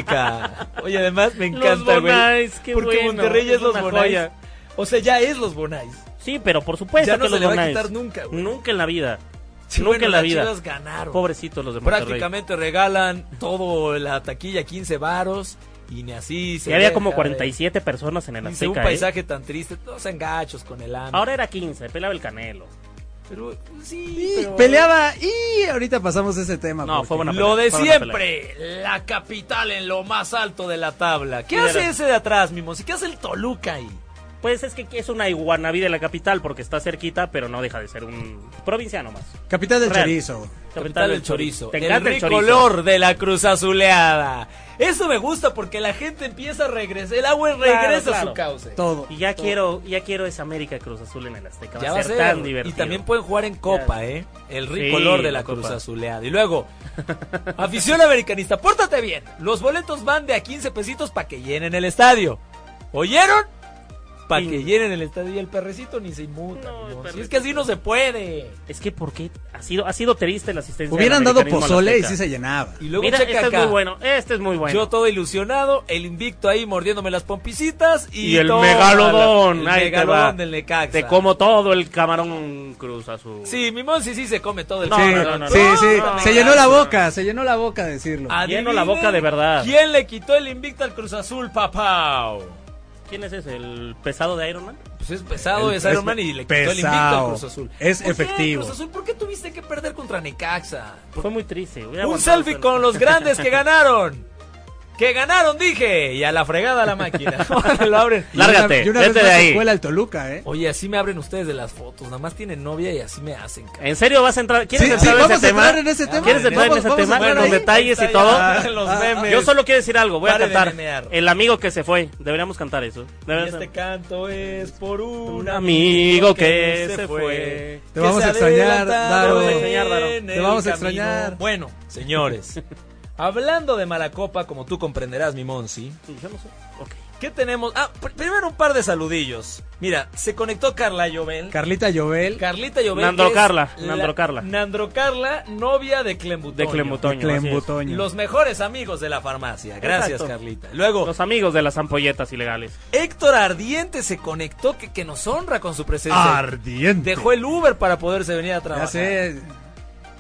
Speaker 1: gráfica. Oye, además me
Speaker 2: Los
Speaker 1: encanta, güey.
Speaker 2: Bonais, qué
Speaker 1: porque
Speaker 2: bueno,
Speaker 1: Monterrey es,
Speaker 2: es
Speaker 1: los
Speaker 2: una
Speaker 1: Bonais.
Speaker 2: joya.
Speaker 1: O sea, ya es los Bonais.
Speaker 2: Sí, pero por supuesto
Speaker 1: Ya no
Speaker 2: que
Speaker 1: se
Speaker 2: los
Speaker 1: le va a
Speaker 2: Bonais.
Speaker 1: quitar nunca, güey.
Speaker 2: Nunca en la vida.
Speaker 1: Sí,
Speaker 2: nunca
Speaker 1: bueno,
Speaker 2: en la
Speaker 1: las
Speaker 2: vida.
Speaker 1: Chivas ganaron.
Speaker 2: Pobrecitos los de Monterrey.
Speaker 1: Prácticamente regalan todo la taquilla 15 varos y ni así se
Speaker 2: Y había
Speaker 1: deja,
Speaker 2: como
Speaker 1: eh.
Speaker 2: 47 personas en el
Speaker 1: Dice, un
Speaker 2: Azteca, ¿eh?
Speaker 1: paisaje tan triste, todos engachos con el AME.
Speaker 2: Ahora era 15, pelaba el Canelo.
Speaker 1: Pero, pues,
Speaker 3: Y
Speaker 1: sí, pero-
Speaker 3: peleaba y ahorita pasamos ese tema.
Speaker 2: No,
Speaker 3: porque-
Speaker 2: fue buena
Speaker 1: Lo de
Speaker 2: pelea, fue buena
Speaker 1: siempre, la capital en lo más alto de la tabla. ¿Qué hace ese de atrás, mi Monsi? ¿Qué hace el Toluca ahí?
Speaker 2: Pues es que es una iguanabí de la capital porque está cerquita, pero no deja de ser un provinciano más.
Speaker 3: Capital del
Speaker 2: Real.
Speaker 3: chorizo.
Speaker 1: Capital del chorizo.
Speaker 2: Te
Speaker 1: el
Speaker 2: encanta el chorizo.
Speaker 1: tricolor de la cruz azuleada. Eso me gusta porque la gente empieza a regresar. El agua
Speaker 2: Claro,
Speaker 1: regresa a
Speaker 2: claro.
Speaker 1: su cauce.
Speaker 3: Todo.
Speaker 2: Y ya quiero, ya quiero esa América Cruz Azul en el Azteca. Va
Speaker 1: Ya
Speaker 2: a
Speaker 1: va a
Speaker 2: ser
Speaker 1: ser.
Speaker 2: tan divertido.
Speaker 1: Y también pueden jugar en Copa, ¿eh? El tricolor
Speaker 2: Sí,
Speaker 1: de la
Speaker 2: la Copa.
Speaker 1: cruz azuleada. Y luego, afición americanista, pórtate bien. Los boletos van de a 15 pesitos para que llenen el estadio. ¿Oyeron? Para
Speaker 2: Sí.
Speaker 1: que llenen el estadio. Y el perrecito ni se inmuta.
Speaker 2: No,
Speaker 1: mi Monsi.
Speaker 2: el perrecito.
Speaker 1: es que así no se puede.
Speaker 2: Es que porque ha sido, ha sido triste la asistencia.
Speaker 3: Hubieran
Speaker 2: del
Speaker 3: dado
Speaker 2: americanismo al
Speaker 3: pozole y
Speaker 2: Azteca.
Speaker 3: sí se llenaba.
Speaker 1: Y luego
Speaker 2: Mira,
Speaker 1: checa
Speaker 2: este
Speaker 1: acá.
Speaker 2: es muy bueno, este es muy bueno.
Speaker 1: Yo todo ilusionado, el invicto ahí mordiéndome las pompicitas y,
Speaker 2: y el
Speaker 1: tómala,
Speaker 2: megalodón,
Speaker 1: el
Speaker 2: ahí te
Speaker 1: megalodón
Speaker 2: va.
Speaker 1: del Necaxa.
Speaker 2: Te como todo el camarón Cruz Azul.
Speaker 1: Sí, mi Monsi sí se come todo el
Speaker 2: No,
Speaker 3: sí,
Speaker 1: camarón.
Speaker 2: no, no,
Speaker 3: sí,
Speaker 2: no,
Speaker 3: sí.
Speaker 2: no, no,
Speaker 3: se
Speaker 2: no,
Speaker 3: llenó
Speaker 2: no,
Speaker 3: la
Speaker 2: no. Ah,
Speaker 3: boca, se llenó la boca decirlo.
Speaker 2: Lleno la
Speaker 1: Adivinen
Speaker 2: boca de verdad.
Speaker 1: ¿Quién le quitó el invicto al Cruz Azul, papá?
Speaker 2: ¿Quién es ese? ¿El pesado de Iron Man?
Speaker 1: Pues es pesado,
Speaker 3: El-
Speaker 1: es Iron
Speaker 3: es
Speaker 1: Man y le quitó el invicto
Speaker 3: pesado.
Speaker 1: al Cruz Azul.
Speaker 3: Es
Speaker 1: ¿Por qué,
Speaker 3: efectivo.
Speaker 1: Cruz Azul, ¿por qué tuviste que perder contra Necaxa?
Speaker 2: Fue muy triste. hubiera
Speaker 1: Un
Speaker 2: aguantado
Speaker 1: selfie
Speaker 2: ese-
Speaker 1: con los grandes que ganaron. Que ganaron, dije. Y a la fregada la máquina. Ahora lo abren.
Speaker 3: Y una-
Speaker 2: Lárgate,
Speaker 3: y una
Speaker 2: vete
Speaker 3: vez
Speaker 2: de
Speaker 3: más
Speaker 2: ahí.
Speaker 3: se cuela el Toluca, ¿eh?
Speaker 1: Oye, así me abren ustedes de las fotos. Nada más tienen novia y así me hacen, cabrón.
Speaker 2: ¿En serio vas a entrar? ¿Quieres
Speaker 3: Sí, sí,
Speaker 2: entrar en
Speaker 3: vamos
Speaker 2: ese
Speaker 3: a
Speaker 2: tema?
Speaker 3: entrar en ese tema.
Speaker 2: ¿Quieres entrar
Speaker 3: Vamos,
Speaker 2: en ese
Speaker 3: vamos a
Speaker 2: tema?
Speaker 3: entrar
Speaker 2: Con
Speaker 3: ahí.
Speaker 2: detalles y
Speaker 1: Está ya
Speaker 2: todo.
Speaker 1: Los
Speaker 3: Ah,
Speaker 1: memes.
Speaker 2: Yo solo quiero decir algo, voy
Speaker 1: Pare
Speaker 2: a
Speaker 1: de memear.
Speaker 2: cantar. El amigo que se fue, deberíamos cantar eso.
Speaker 1: Y
Speaker 2: Deberíamos-
Speaker 1: este canto es por un
Speaker 2: Un
Speaker 1: amigo
Speaker 2: amigo
Speaker 1: que
Speaker 2: que
Speaker 1: se
Speaker 2: se
Speaker 1: fue.
Speaker 2: fue.
Speaker 3: Te vamos a extrañar, Daro.
Speaker 1: Te
Speaker 2: Te vamos a extrañar, Daro.
Speaker 3: Te vamos a extrañar.
Speaker 1: Bueno, señores. hablando de Malacopa, como tú comprenderás, mi Monsi,
Speaker 2: Yo no sé. Ok.
Speaker 1: ¿Qué tenemos? Ah, pr- primero un par de saludillos. Mira, se conectó Carla Llobel.
Speaker 3: Carlita Llobel.
Speaker 1: Carlita Llobel.
Speaker 2: Nandro
Speaker 1: que es
Speaker 2: Carla,
Speaker 1: la-
Speaker 2: Nandro Carla.
Speaker 1: Nandro Carla, novia de Clembutoño.
Speaker 2: de Clembutoño. así
Speaker 3: Clembutoño.
Speaker 1: Los mejores amigos de la farmacia. Gracias,
Speaker 2: Exacto.
Speaker 1: Carlita.
Speaker 2: es.
Speaker 1: Luego,
Speaker 2: Los amigos de las ampolletas ilegales.
Speaker 1: Héctor Ardiente se conectó, que, que nos honra con su presencia.
Speaker 2: Ah,
Speaker 7: Ardiente.
Speaker 1: Dejó el Uber para poderse venir a
Speaker 3: Ya
Speaker 1: trabajar.
Speaker 3: sé.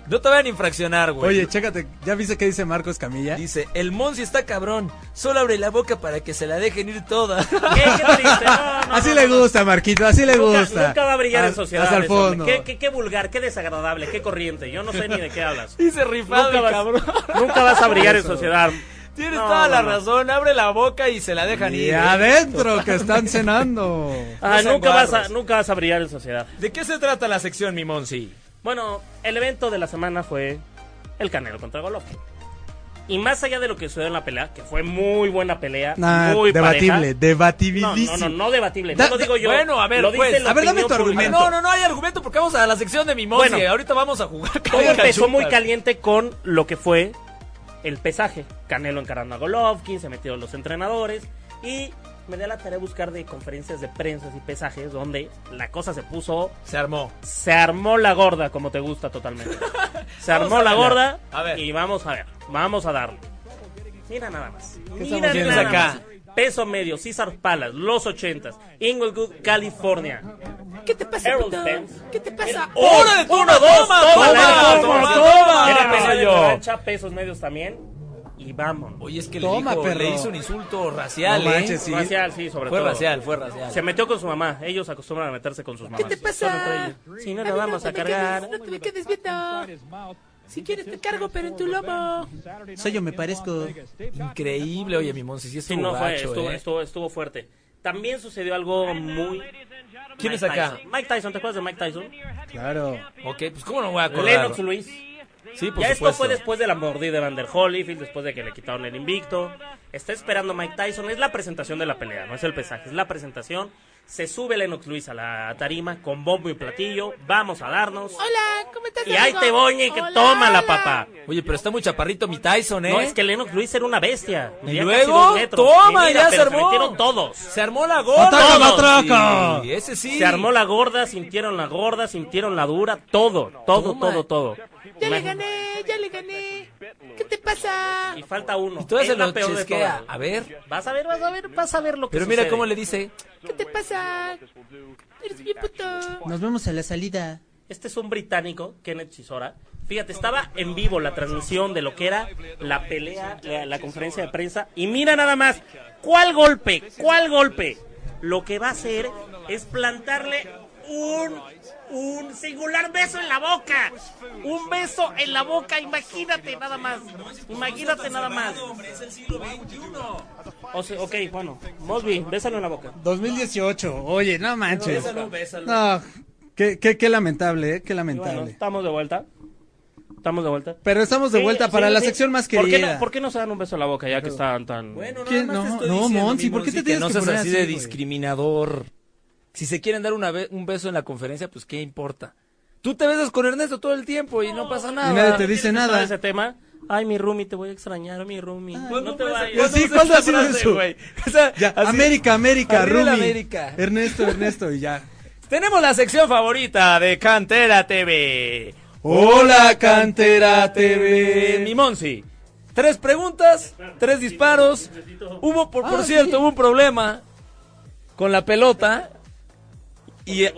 Speaker 1: No te van a infraccionar, güey.
Speaker 3: Oye, chécate, ¿ya viste qué dice Marcos Camilla?
Speaker 1: Dice, el Monsi está cabrón, solo abre la boca para que se la dejen ir toda.
Speaker 2: ¿Qué, qué triste? No, no,
Speaker 3: así
Speaker 2: no,
Speaker 3: le
Speaker 2: no.
Speaker 3: gusta, Marquito, así le
Speaker 2: Nunca,
Speaker 3: gusta.
Speaker 2: nunca va a brillar
Speaker 3: Haz-
Speaker 2: en sociedad.
Speaker 3: Hasta el
Speaker 2: ese hombre.
Speaker 3: fondo.
Speaker 2: Qué, qué- qué vulrigable, qué desagradable, qué corriente. Yo no sé ni de qué hablas.
Speaker 1: Dice rifado
Speaker 2: Nunca
Speaker 1: el
Speaker 2: vas-
Speaker 1: cabrón.
Speaker 2: Nunca vas a brillar en sociedad.
Speaker 1: Tienes
Speaker 2: No,
Speaker 1: toda la
Speaker 2: no, no.
Speaker 1: razón, abre la boca y se la dejan
Speaker 3: Y
Speaker 1: ir. ¿eh?
Speaker 3: adentro, que están cenando.
Speaker 2: Ah,
Speaker 1: No sean
Speaker 2: nunca, vas a,
Speaker 1: guarros.
Speaker 2: nunca vas a brillar en sociedad.
Speaker 1: ¿De qué se trata la sección, mi Monsi?
Speaker 2: Bueno, el evento de la semana fue el Canelo contra Golovkin. Y más allá de lo que sucedió en la pelea, que fue muy buena pelea,
Speaker 3: Nah,
Speaker 2: muy
Speaker 3: debatible,
Speaker 2: pareja. No,
Speaker 3: debatibilísimo.
Speaker 2: no, no, no debatible.
Speaker 3: Da-
Speaker 2: no lo digo yo.
Speaker 1: bueno, a ver,
Speaker 2: lo dice
Speaker 1: pues,
Speaker 2: la
Speaker 3: a ver, dame
Speaker 2: opinión
Speaker 3: tu
Speaker 2: pública.
Speaker 3: argumento.
Speaker 1: No, no, no hay argumento porque vamos a la sección de mi Monsi.
Speaker 2: Bueno.
Speaker 1: Ahorita vamos a jugar.
Speaker 2: Todo empezó
Speaker 1: cachupas.
Speaker 2: muy caliente con lo que fue el pesaje. Canelo encarando a Golovkin, se metieron los entrenadores y me da la tarea de buscar de conferencias de prensa y pesajes donde la cosa se puso,
Speaker 1: Se armó.
Speaker 2: se armó la gorda como te gusta totalmente. Se
Speaker 1: Vamos
Speaker 2: armó
Speaker 1: a
Speaker 2: la
Speaker 1: ver.
Speaker 2: gorda
Speaker 1: A ver.
Speaker 2: y vamos a ver, vamos a darle. Mira nada más. Mira
Speaker 3: estamos
Speaker 2: nada
Speaker 1: viendo acá?
Speaker 2: más. Peso medio, César Palas, los 80 Inglewood, California.
Speaker 1: ¿Qué te pasa?
Speaker 2: Errol Spence.
Speaker 1: ¿Qué te pasa?
Speaker 2: ¡Hora de turno! ¡Dos! ¡Toma,
Speaker 1: ¡Oh, toma, toma, toma!
Speaker 2: Era peso de
Speaker 1: Yo.
Speaker 2: revancha, pesos medios también. Y vámonos.
Speaker 1: Oye, es que
Speaker 3: Toma,
Speaker 1: le, dijo,
Speaker 3: perro.
Speaker 1: le hizo un insulto racial,
Speaker 3: No
Speaker 1: ¿eh?
Speaker 3: manches, sí.
Speaker 2: Racial, sí, sobre
Speaker 1: Fue
Speaker 2: todo.
Speaker 1: racial, fue racial.
Speaker 2: Se metió con su mamá. Ellos acostumbran a meterse con sus mamás. ¿Qué te pasa? Si no la vamos a cargar.
Speaker 5: Si quieres te cargo, pero en tu lomo.
Speaker 3: Soy yo, me parezco.
Speaker 1: Increíble, oye, mi Monsi, sí
Speaker 2: Sí,
Speaker 1: estuvo
Speaker 2: no fue.
Speaker 1: gacho,
Speaker 2: Estuvo,
Speaker 1: ¿eh?
Speaker 2: estuvo, estuvo fuerte. También sucedió algo muy.
Speaker 1: ¿Quién es
Speaker 2: Mike
Speaker 1: acá?
Speaker 2: Tyson. Mike Tyson, ¿te acuerdas de Mike Tyson?
Speaker 3: Claro.
Speaker 1: Ok, pues ¿cómo no voy a acordar?
Speaker 2: Lennox Luis.
Speaker 1: Sí, por
Speaker 2: Ya esto
Speaker 1: supuesto.
Speaker 2: fue después de la mordida de Vander Holyfield, después de que le quitaron el invicto. Está esperando Mike Tyson, es la presentación de la pelea, no es el pesaje, es la presentación. Se sube Lennox Luis a la tarima con bombo y platillo, vamos a darnos.
Speaker 5: Hola, ¿cómo estás?
Speaker 2: y ahí te voy, y que toma la papá.
Speaker 1: Oye, pero está muy chaparrito mi Tyson, ¿eh?
Speaker 2: No, es que Lennox Luis era una bestia.
Speaker 1: Y
Speaker 2: medía casi
Speaker 1: luego,
Speaker 2: dos metros.
Speaker 1: toma,
Speaker 2: Y
Speaker 1: ya se
Speaker 2: pero
Speaker 1: armó.
Speaker 2: metieron todos.
Speaker 1: Se armó la gorda.
Speaker 3: ¡Matraca,
Speaker 1: Todos.
Speaker 3: matraca!
Speaker 1: Sí, ese sí.
Speaker 2: Se armó la gorda, sintieron la gorda, sintieron la dura, todo, todo,
Speaker 1: Toma.
Speaker 2: todo, todo.
Speaker 5: Ya le gané, ya le gané. ¿Qué te pasa?
Speaker 2: Y falta uno.
Speaker 1: Y todavía
Speaker 2: es
Speaker 1: se
Speaker 2: la
Speaker 1: lo
Speaker 2: peor de
Speaker 1: chesquea.
Speaker 2: todas.
Speaker 1: A ver.
Speaker 2: Vas a ver, vas a ver, vas a ver lo que
Speaker 1: Pero mira
Speaker 2: sucede.
Speaker 1: cómo le dice.
Speaker 5: ¿Qué te pasa? Eres bien puto.
Speaker 3: Nos vemos a la salida.
Speaker 2: Este es un británico, Kenneth Chisora. Fíjate, estaba en vivo la transmisión de lo que era la pelea, la, la conferencia de prensa. Y mira nada más, ¿cuál golpe? ¿Cuál golpe? Lo que va a hacer es plantarle un, un singular beso en la boca. Un beso en la boca, imagínate nada más. Imagínate nada más. O sea, ok, bueno, Mosby, bésalo en la boca.
Speaker 3: 2018, oye, no manches.
Speaker 1: bésalo.
Speaker 3: No, qué, qué, qué lamentable, eh, qué
Speaker 2: Y bueno,
Speaker 3: lamentable.
Speaker 2: estamos de vuelta. Estamos de vuelta.
Speaker 3: Pero estamos de
Speaker 2: Sí,
Speaker 3: vuelta para
Speaker 2: sí,
Speaker 3: la
Speaker 2: sí.
Speaker 3: sección más
Speaker 2: ¿Por qué,
Speaker 3: querida.
Speaker 2: no, ¿Por qué no se dan un beso en la boca ya que están tan...
Speaker 1: Bueno,
Speaker 3: ¿Qué?
Speaker 1: nada más te
Speaker 3: No,
Speaker 1: estoy
Speaker 3: no,
Speaker 1: diciendo, mi
Speaker 3: Monsi, ¿por qué te
Speaker 1: Monsi,
Speaker 3: tienes
Speaker 1: no
Speaker 3: que
Speaker 1: seas
Speaker 3: poner
Speaker 1: así
Speaker 3: así,
Speaker 1: de
Speaker 3: güey?
Speaker 1: discriminador? Si se quieren dar una be- un beso en la conferencia, pues qué importa. Tú te besas con Ernesto todo el tiempo y no pasa nada.
Speaker 3: Y nadie te dice
Speaker 2: ¿Quieres entrar
Speaker 3: nada.
Speaker 2: a ese tema? Ay, mi roomie, te voy a extrañar, mi roomie. no te
Speaker 1: Pues
Speaker 2: vayas.
Speaker 3: ¿cuándo Sí, usas ¿cuándo esa ha sido frase, eso? güey?
Speaker 1: O sea,
Speaker 3: Ya,
Speaker 1: así-
Speaker 3: América, América,
Speaker 1: Arriba la
Speaker 3: Rumi. Er
Speaker 1: América.
Speaker 3: Ernesto, Ernesto, y ya.
Speaker 1: Tenemos la sección favorita de Cantera TV.
Speaker 3: Hola, Cantera
Speaker 1: Eh, mi
Speaker 3: TV.
Speaker 1: Monsi. Tres preguntas, tres disparos. Hubo, por, por cierto, hubo un problema con la pelota. Y, eh,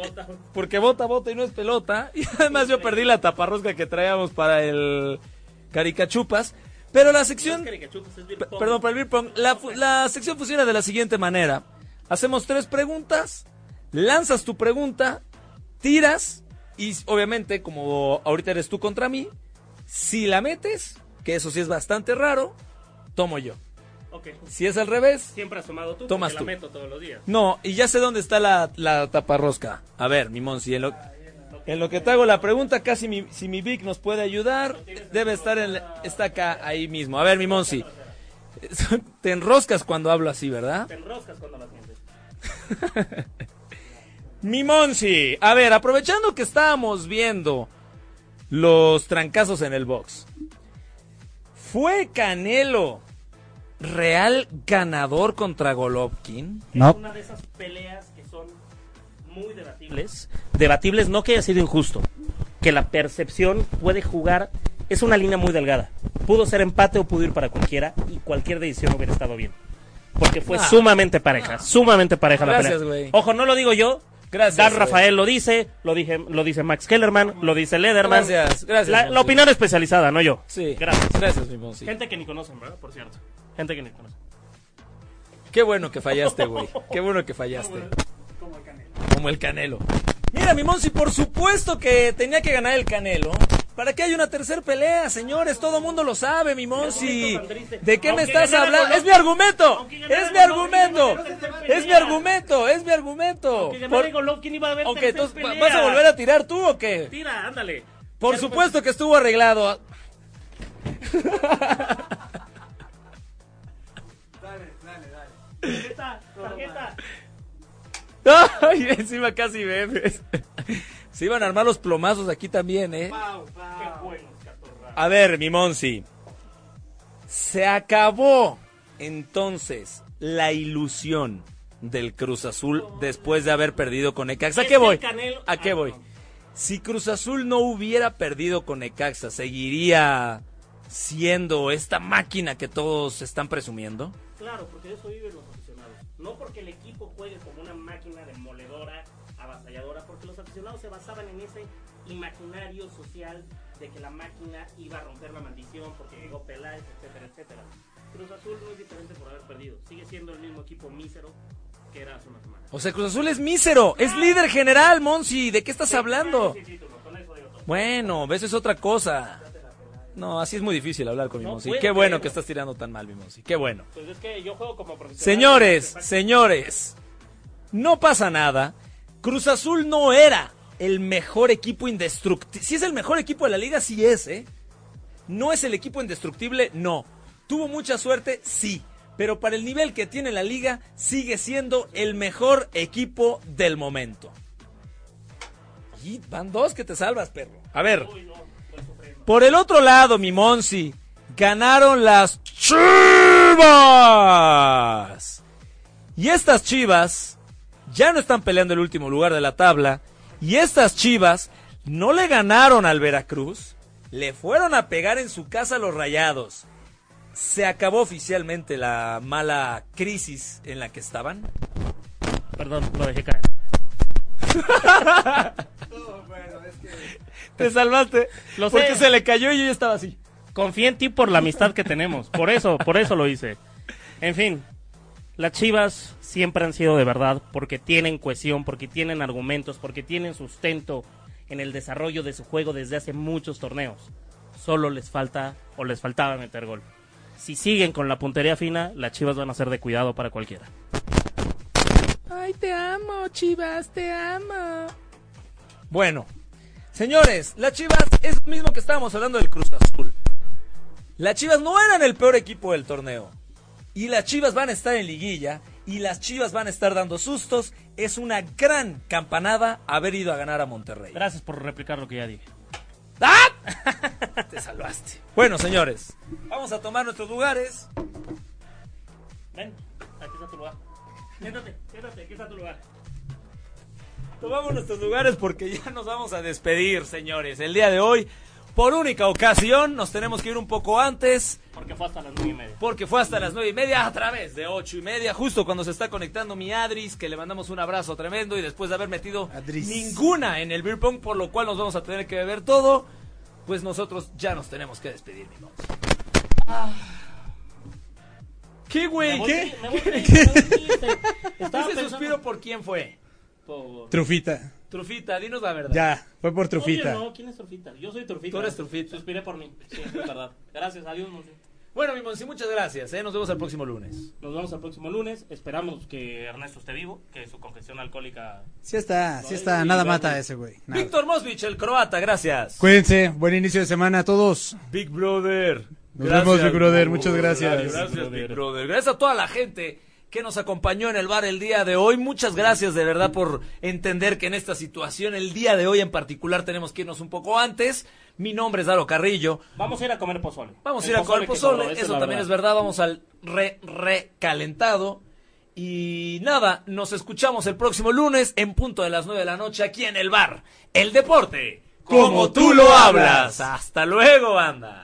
Speaker 1: porque bota, bota y no es pelota. Y además yo perdí la taparrosca que traíamos para el Caricachupas. Pero la sección... P- Perdón, para el beer pong. La, fu- la sección funciona de la siguiente manera. Hacemos tres preguntas, lanzas tu pregunta, tiras y s- obviamente como ahorita eres tú contra mí, si la metes, que eso sí es bastante raro, tomo yo.
Speaker 2: Ok,
Speaker 1: Si es al revés,
Speaker 2: Siempre has tomado tú,
Speaker 1: Tomas
Speaker 2: Tomas
Speaker 1: tú.
Speaker 2: la meto todos los días.
Speaker 1: no, y ya sé dónde está la, la taparrosca. A ver, mi Monsi, en lo, en lo que te hago la pregunta, casi mi, si mi Vic nos puede ayudar, debe estar en, la- está acá, ahí mismo. A ver, mi Monsi, te enroscas cuando hablo así, ¿verdad?
Speaker 2: Te enroscas cuando la sientes.
Speaker 1: Mi Monsi, a ver, aprovechando que estábamos viendo los trancazos en el box, ¿fue Canelo real ganador contra Golovkin?
Speaker 7: No.
Speaker 2: Es una de esas peleas que son muy debatibles. Debatibles no que haya sido injusto. Que la percepción puede jugar. Es una línea muy delgada. Pudo ser empate o pudo ir para cualquiera. Y cualquier decisión hubiera estado bien. Porque fue
Speaker 1: Nah.
Speaker 2: sumamente pareja. Sumamente pareja
Speaker 1: Ah. Gracias,
Speaker 2: la pelea.
Speaker 1: güey.
Speaker 2: Ojo, no lo digo yo.
Speaker 1: Gracias,
Speaker 2: Dan
Speaker 1: güey.
Speaker 2: Rafael lo dice. Lo, dije, lo dice Max Kellerman. Lo dice Lederman.
Speaker 1: Gracias, gracias,
Speaker 2: La,
Speaker 1: Monty.
Speaker 2: la opinión especializada, no yo.
Speaker 1: Sí.
Speaker 2: Gracias.
Speaker 1: Gracias, mi Monsi.
Speaker 2: Gente que ni conocen, ¿verdad? Por cierto. Gente que ni conocen.
Speaker 1: Qué bueno que fallaste, güey. Qué bueno que fallaste. Como el Canelo. Mira, mi Monsi, por supuesto que tenía que ganar el Canelo. ¿Para qué hay una tercera pelea, señores? Todo mundo lo sabe, mi Monsi. ¿De qué me
Speaker 2: Aunque
Speaker 1: estás
Speaker 2: ganara
Speaker 1: hablando?
Speaker 2: Golovkin.
Speaker 1: ¡Es mi argumento!
Speaker 2: Aunque ganara
Speaker 1: ¡Es mi
Speaker 2: Golovkin,
Speaker 1: argumento!
Speaker 2: no se pelea.
Speaker 1: ¡Es mi argumento! ¡Es mi argumento!
Speaker 2: Que ganara
Speaker 1: Por-
Speaker 2: Golovkin iba a haber
Speaker 1: Ok,
Speaker 2: tercer
Speaker 1: entonces, ¿va-
Speaker 2: pelea.
Speaker 1: ¿vas a volver a tirar tú o qué?
Speaker 2: Tira, ándale.
Speaker 1: Por
Speaker 2: Ya pues.
Speaker 1: supuesto que estuvo arreglado.
Speaker 2: después- Tarjeta, tarjeta.
Speaker 1: Ay, encima casi bebes. Se iban a armar los plomazos aquí también, ¿eh?
Speaker 2: Qué bueno, catorra.
Speaker 1: A ver, mi Monsi. Se acabó entonces la ilusión del Cruz Azul después de haber perdido con Necaxa. ¿A
Speaker 2: Es
Speaker 1: qué
Speaker 2: el
Speaker 1: voy?
Speaker 2: Este Canelo-
Speaker 1: ¿A qué
Speaker 2: Ah,
Speaker 1: voy?
Speaker 2: no.
Speaker 1: Si Cruz Azul no hubiera perdido con Necaxa, ¿seguiría siendo esta máquina que todos están presumiendo?
Speaker 2: Claro, porque de eso viven los aficionados. No porque el equipo juegue como una máquina demoledora, avasalladora, porque los aficionados se basaban en ese imaginario social de que la máquina iba a romper la maldición porque llegó Peláez, etcétera, etcétera. Cruz Azul no es diferente por haber perdido. Sigue siendo el mismo equipo mísero que era hace una semana.
Speaker 1: O sea, Cruz Azul es mísero, es líder general, Monsi. ¿De qué estás hablando?
Speaker 2: Sí, título, con eso digo todo.
Speaker 1: Bueno, eso es otra cosa. No, así es muy difícil hablar con mi
Speaker 2: No
Speaker 1: Monsi.
Speaker 2: puedo
Speaker 1: Qué bueno
Speaker 2: creerlo.
Speaker 1: que estás tirando tan mal, mi Monsi. Qué bueno.
Speaker 2: Pues es que yo juego como profesional.
Speaker 1: Señores, señores, no pasa nada. Cruz Azul no era el mejor equipo indestructible. Si es el mejor equipo de la liga, sí es, ¿eh? No es el equipo indestructible, no. Tuvo mucha suerte, sí. Pero para el nivel que tiene la liga, sigue siendo el mejor equipo del momento. Y van dos que te salvas, perro. A ver. Por el otro lado, mi Monsi, ganaron las Chivas. Y estas Chivas ya no están peleando el último lugar de la tabla. Y estas Chivas no le ganaron al Veracruz. Le fueron a pegar en su casa a los rayados. ¿Se acabó oficialmente la mala crisis en la que estaban?
Speaker 2: Perdón, lo dejé caer.
Speaker 1: Te salvaste.
Speaker 2: Lo sé.
Speaker 1: porque se le cayó y yo ya estaba así.
Speaker 2: Confía en ti por la amistad que tenemos. Por eso, por eso lo hice. En fin, las chivas siempre han sido de verdad porque tienen cohesión, porque tienen argumentos, porque tienen sustento en el desarrollo de su juego desde hace muchos torneos. Solo les falta o les faltaba meter gol. Si siguen con la puntería fina, las chivas van a ser de cuidado para cualquiera.
Speaker 1: Bueno, señores, las Chivas es lo mismo que estábamos hablando del Cruz Azul. Las Chivas no eran el peor equipo del torneo. Y las Chivas van a estar en liguilla. Y las Chivas van a estar dando sustos. Es una gran campanada haber ido a ganar a Monterrey.
Speaker 2: Gracias por replicar lo que ya dije.
Speaker 1: ¡Ah! Te salvaste. Bueno, señores, vamos a tomar nuestros lugares.
Speaker 2: Ven, aquí está tu lugar. Siéntate, siéntate, aquí está tu lugar.
Speaker 1: Tomamos nuestros lugares porque ya nos vamos a despedir, señores. El día de hoy, por única ocasión, nos tenemos que ir un poco antes.
Speaker 2: Porque fue hasta las nueve y media.
Speaker 1: Porque fue hasta las nueve y media a través de ocho y media, justo cuando se está conectando mi Adris, que le mandamos un abrazo tremendo y después de haber metido
Speaker 3: Adris.
Speaker 1: ninguna en el beer pong, por lo cual nos vamos a tener que beber todo, pues nosotros ya nos tenemos que despedir, mi mozo. ¿Qué, güey? ¿Qué?
Speaker 2: Ah. Me voy, me voy, me voy. Estaba
Speaker 1: Ese
Speaker 2: pensando-
Speaker 1: suspiro por quién fue.
Speaker 2: Por-
Speaker 3: Trufita.
Speaker 1: Trufita, dinos la verdad.
Speaker 3: Ya, fue por
Speaker 2: Oye,
Speaker 3: Trufita.
Speaker 2: no, ¿quién es Trufita? Yo soy Trufita.
Speaker 1: Tú eres Trufita.
Speaker 2: Suspiré por mí. Sí, es verdad. Gracias, adiós, Monse.
Speaker 1: Bueno, mi Monsi, muchas gracias. ¿eh? Nos vemos el próximo lunes.
Speaker 2: Nos vemos el próximo lunes. Esperamos que Ernesto esté vivo, que su confesión alcohólica.
Speaker 3: Sí está, sí
Speaker 2: No,
Speaker 3: está.
Speaker 2: y
Speaker 3: Nada
Speaker 2: vamos.
Speaker 3: mata a ese güey. nada.
Speaker 1: Víctor Mosvich, el croata, gracias.
Speaker 3: Cuídense. Buen inicio de semana a todos.
Speaker 1: Big Brother.
Speaker 3: Nos vemos, Big Brother, muchas gracias.
Speaker 1: Gracias, Big Brother. Gracias a toda la gente que nos acompañó en el bar el día de hoy. Muchas gracias de verdad por entender que en esta situación, el día de hoy en particular, tenemos que irnos un poco antes. Mi nombre es Daro Carrillo.
Speaker 2: Vamos a ir a comer pozole.
Speaker 1: Vamos a
Speaker 2: El
Speaker 1: ir a comer
Speaker 2: que
Speaker 1: pozole,
Speaker 2: sobró, esa
Speaker 1: eso
Speaker 2: la
Speaker 1: también es verdad, vamos al re recalentado. Y nada, nos escuchamos el próximo lunes en punto de las 9 de la noche aquí en el bar. El deporte, como, tú lo hablas. Hasta luego, banda.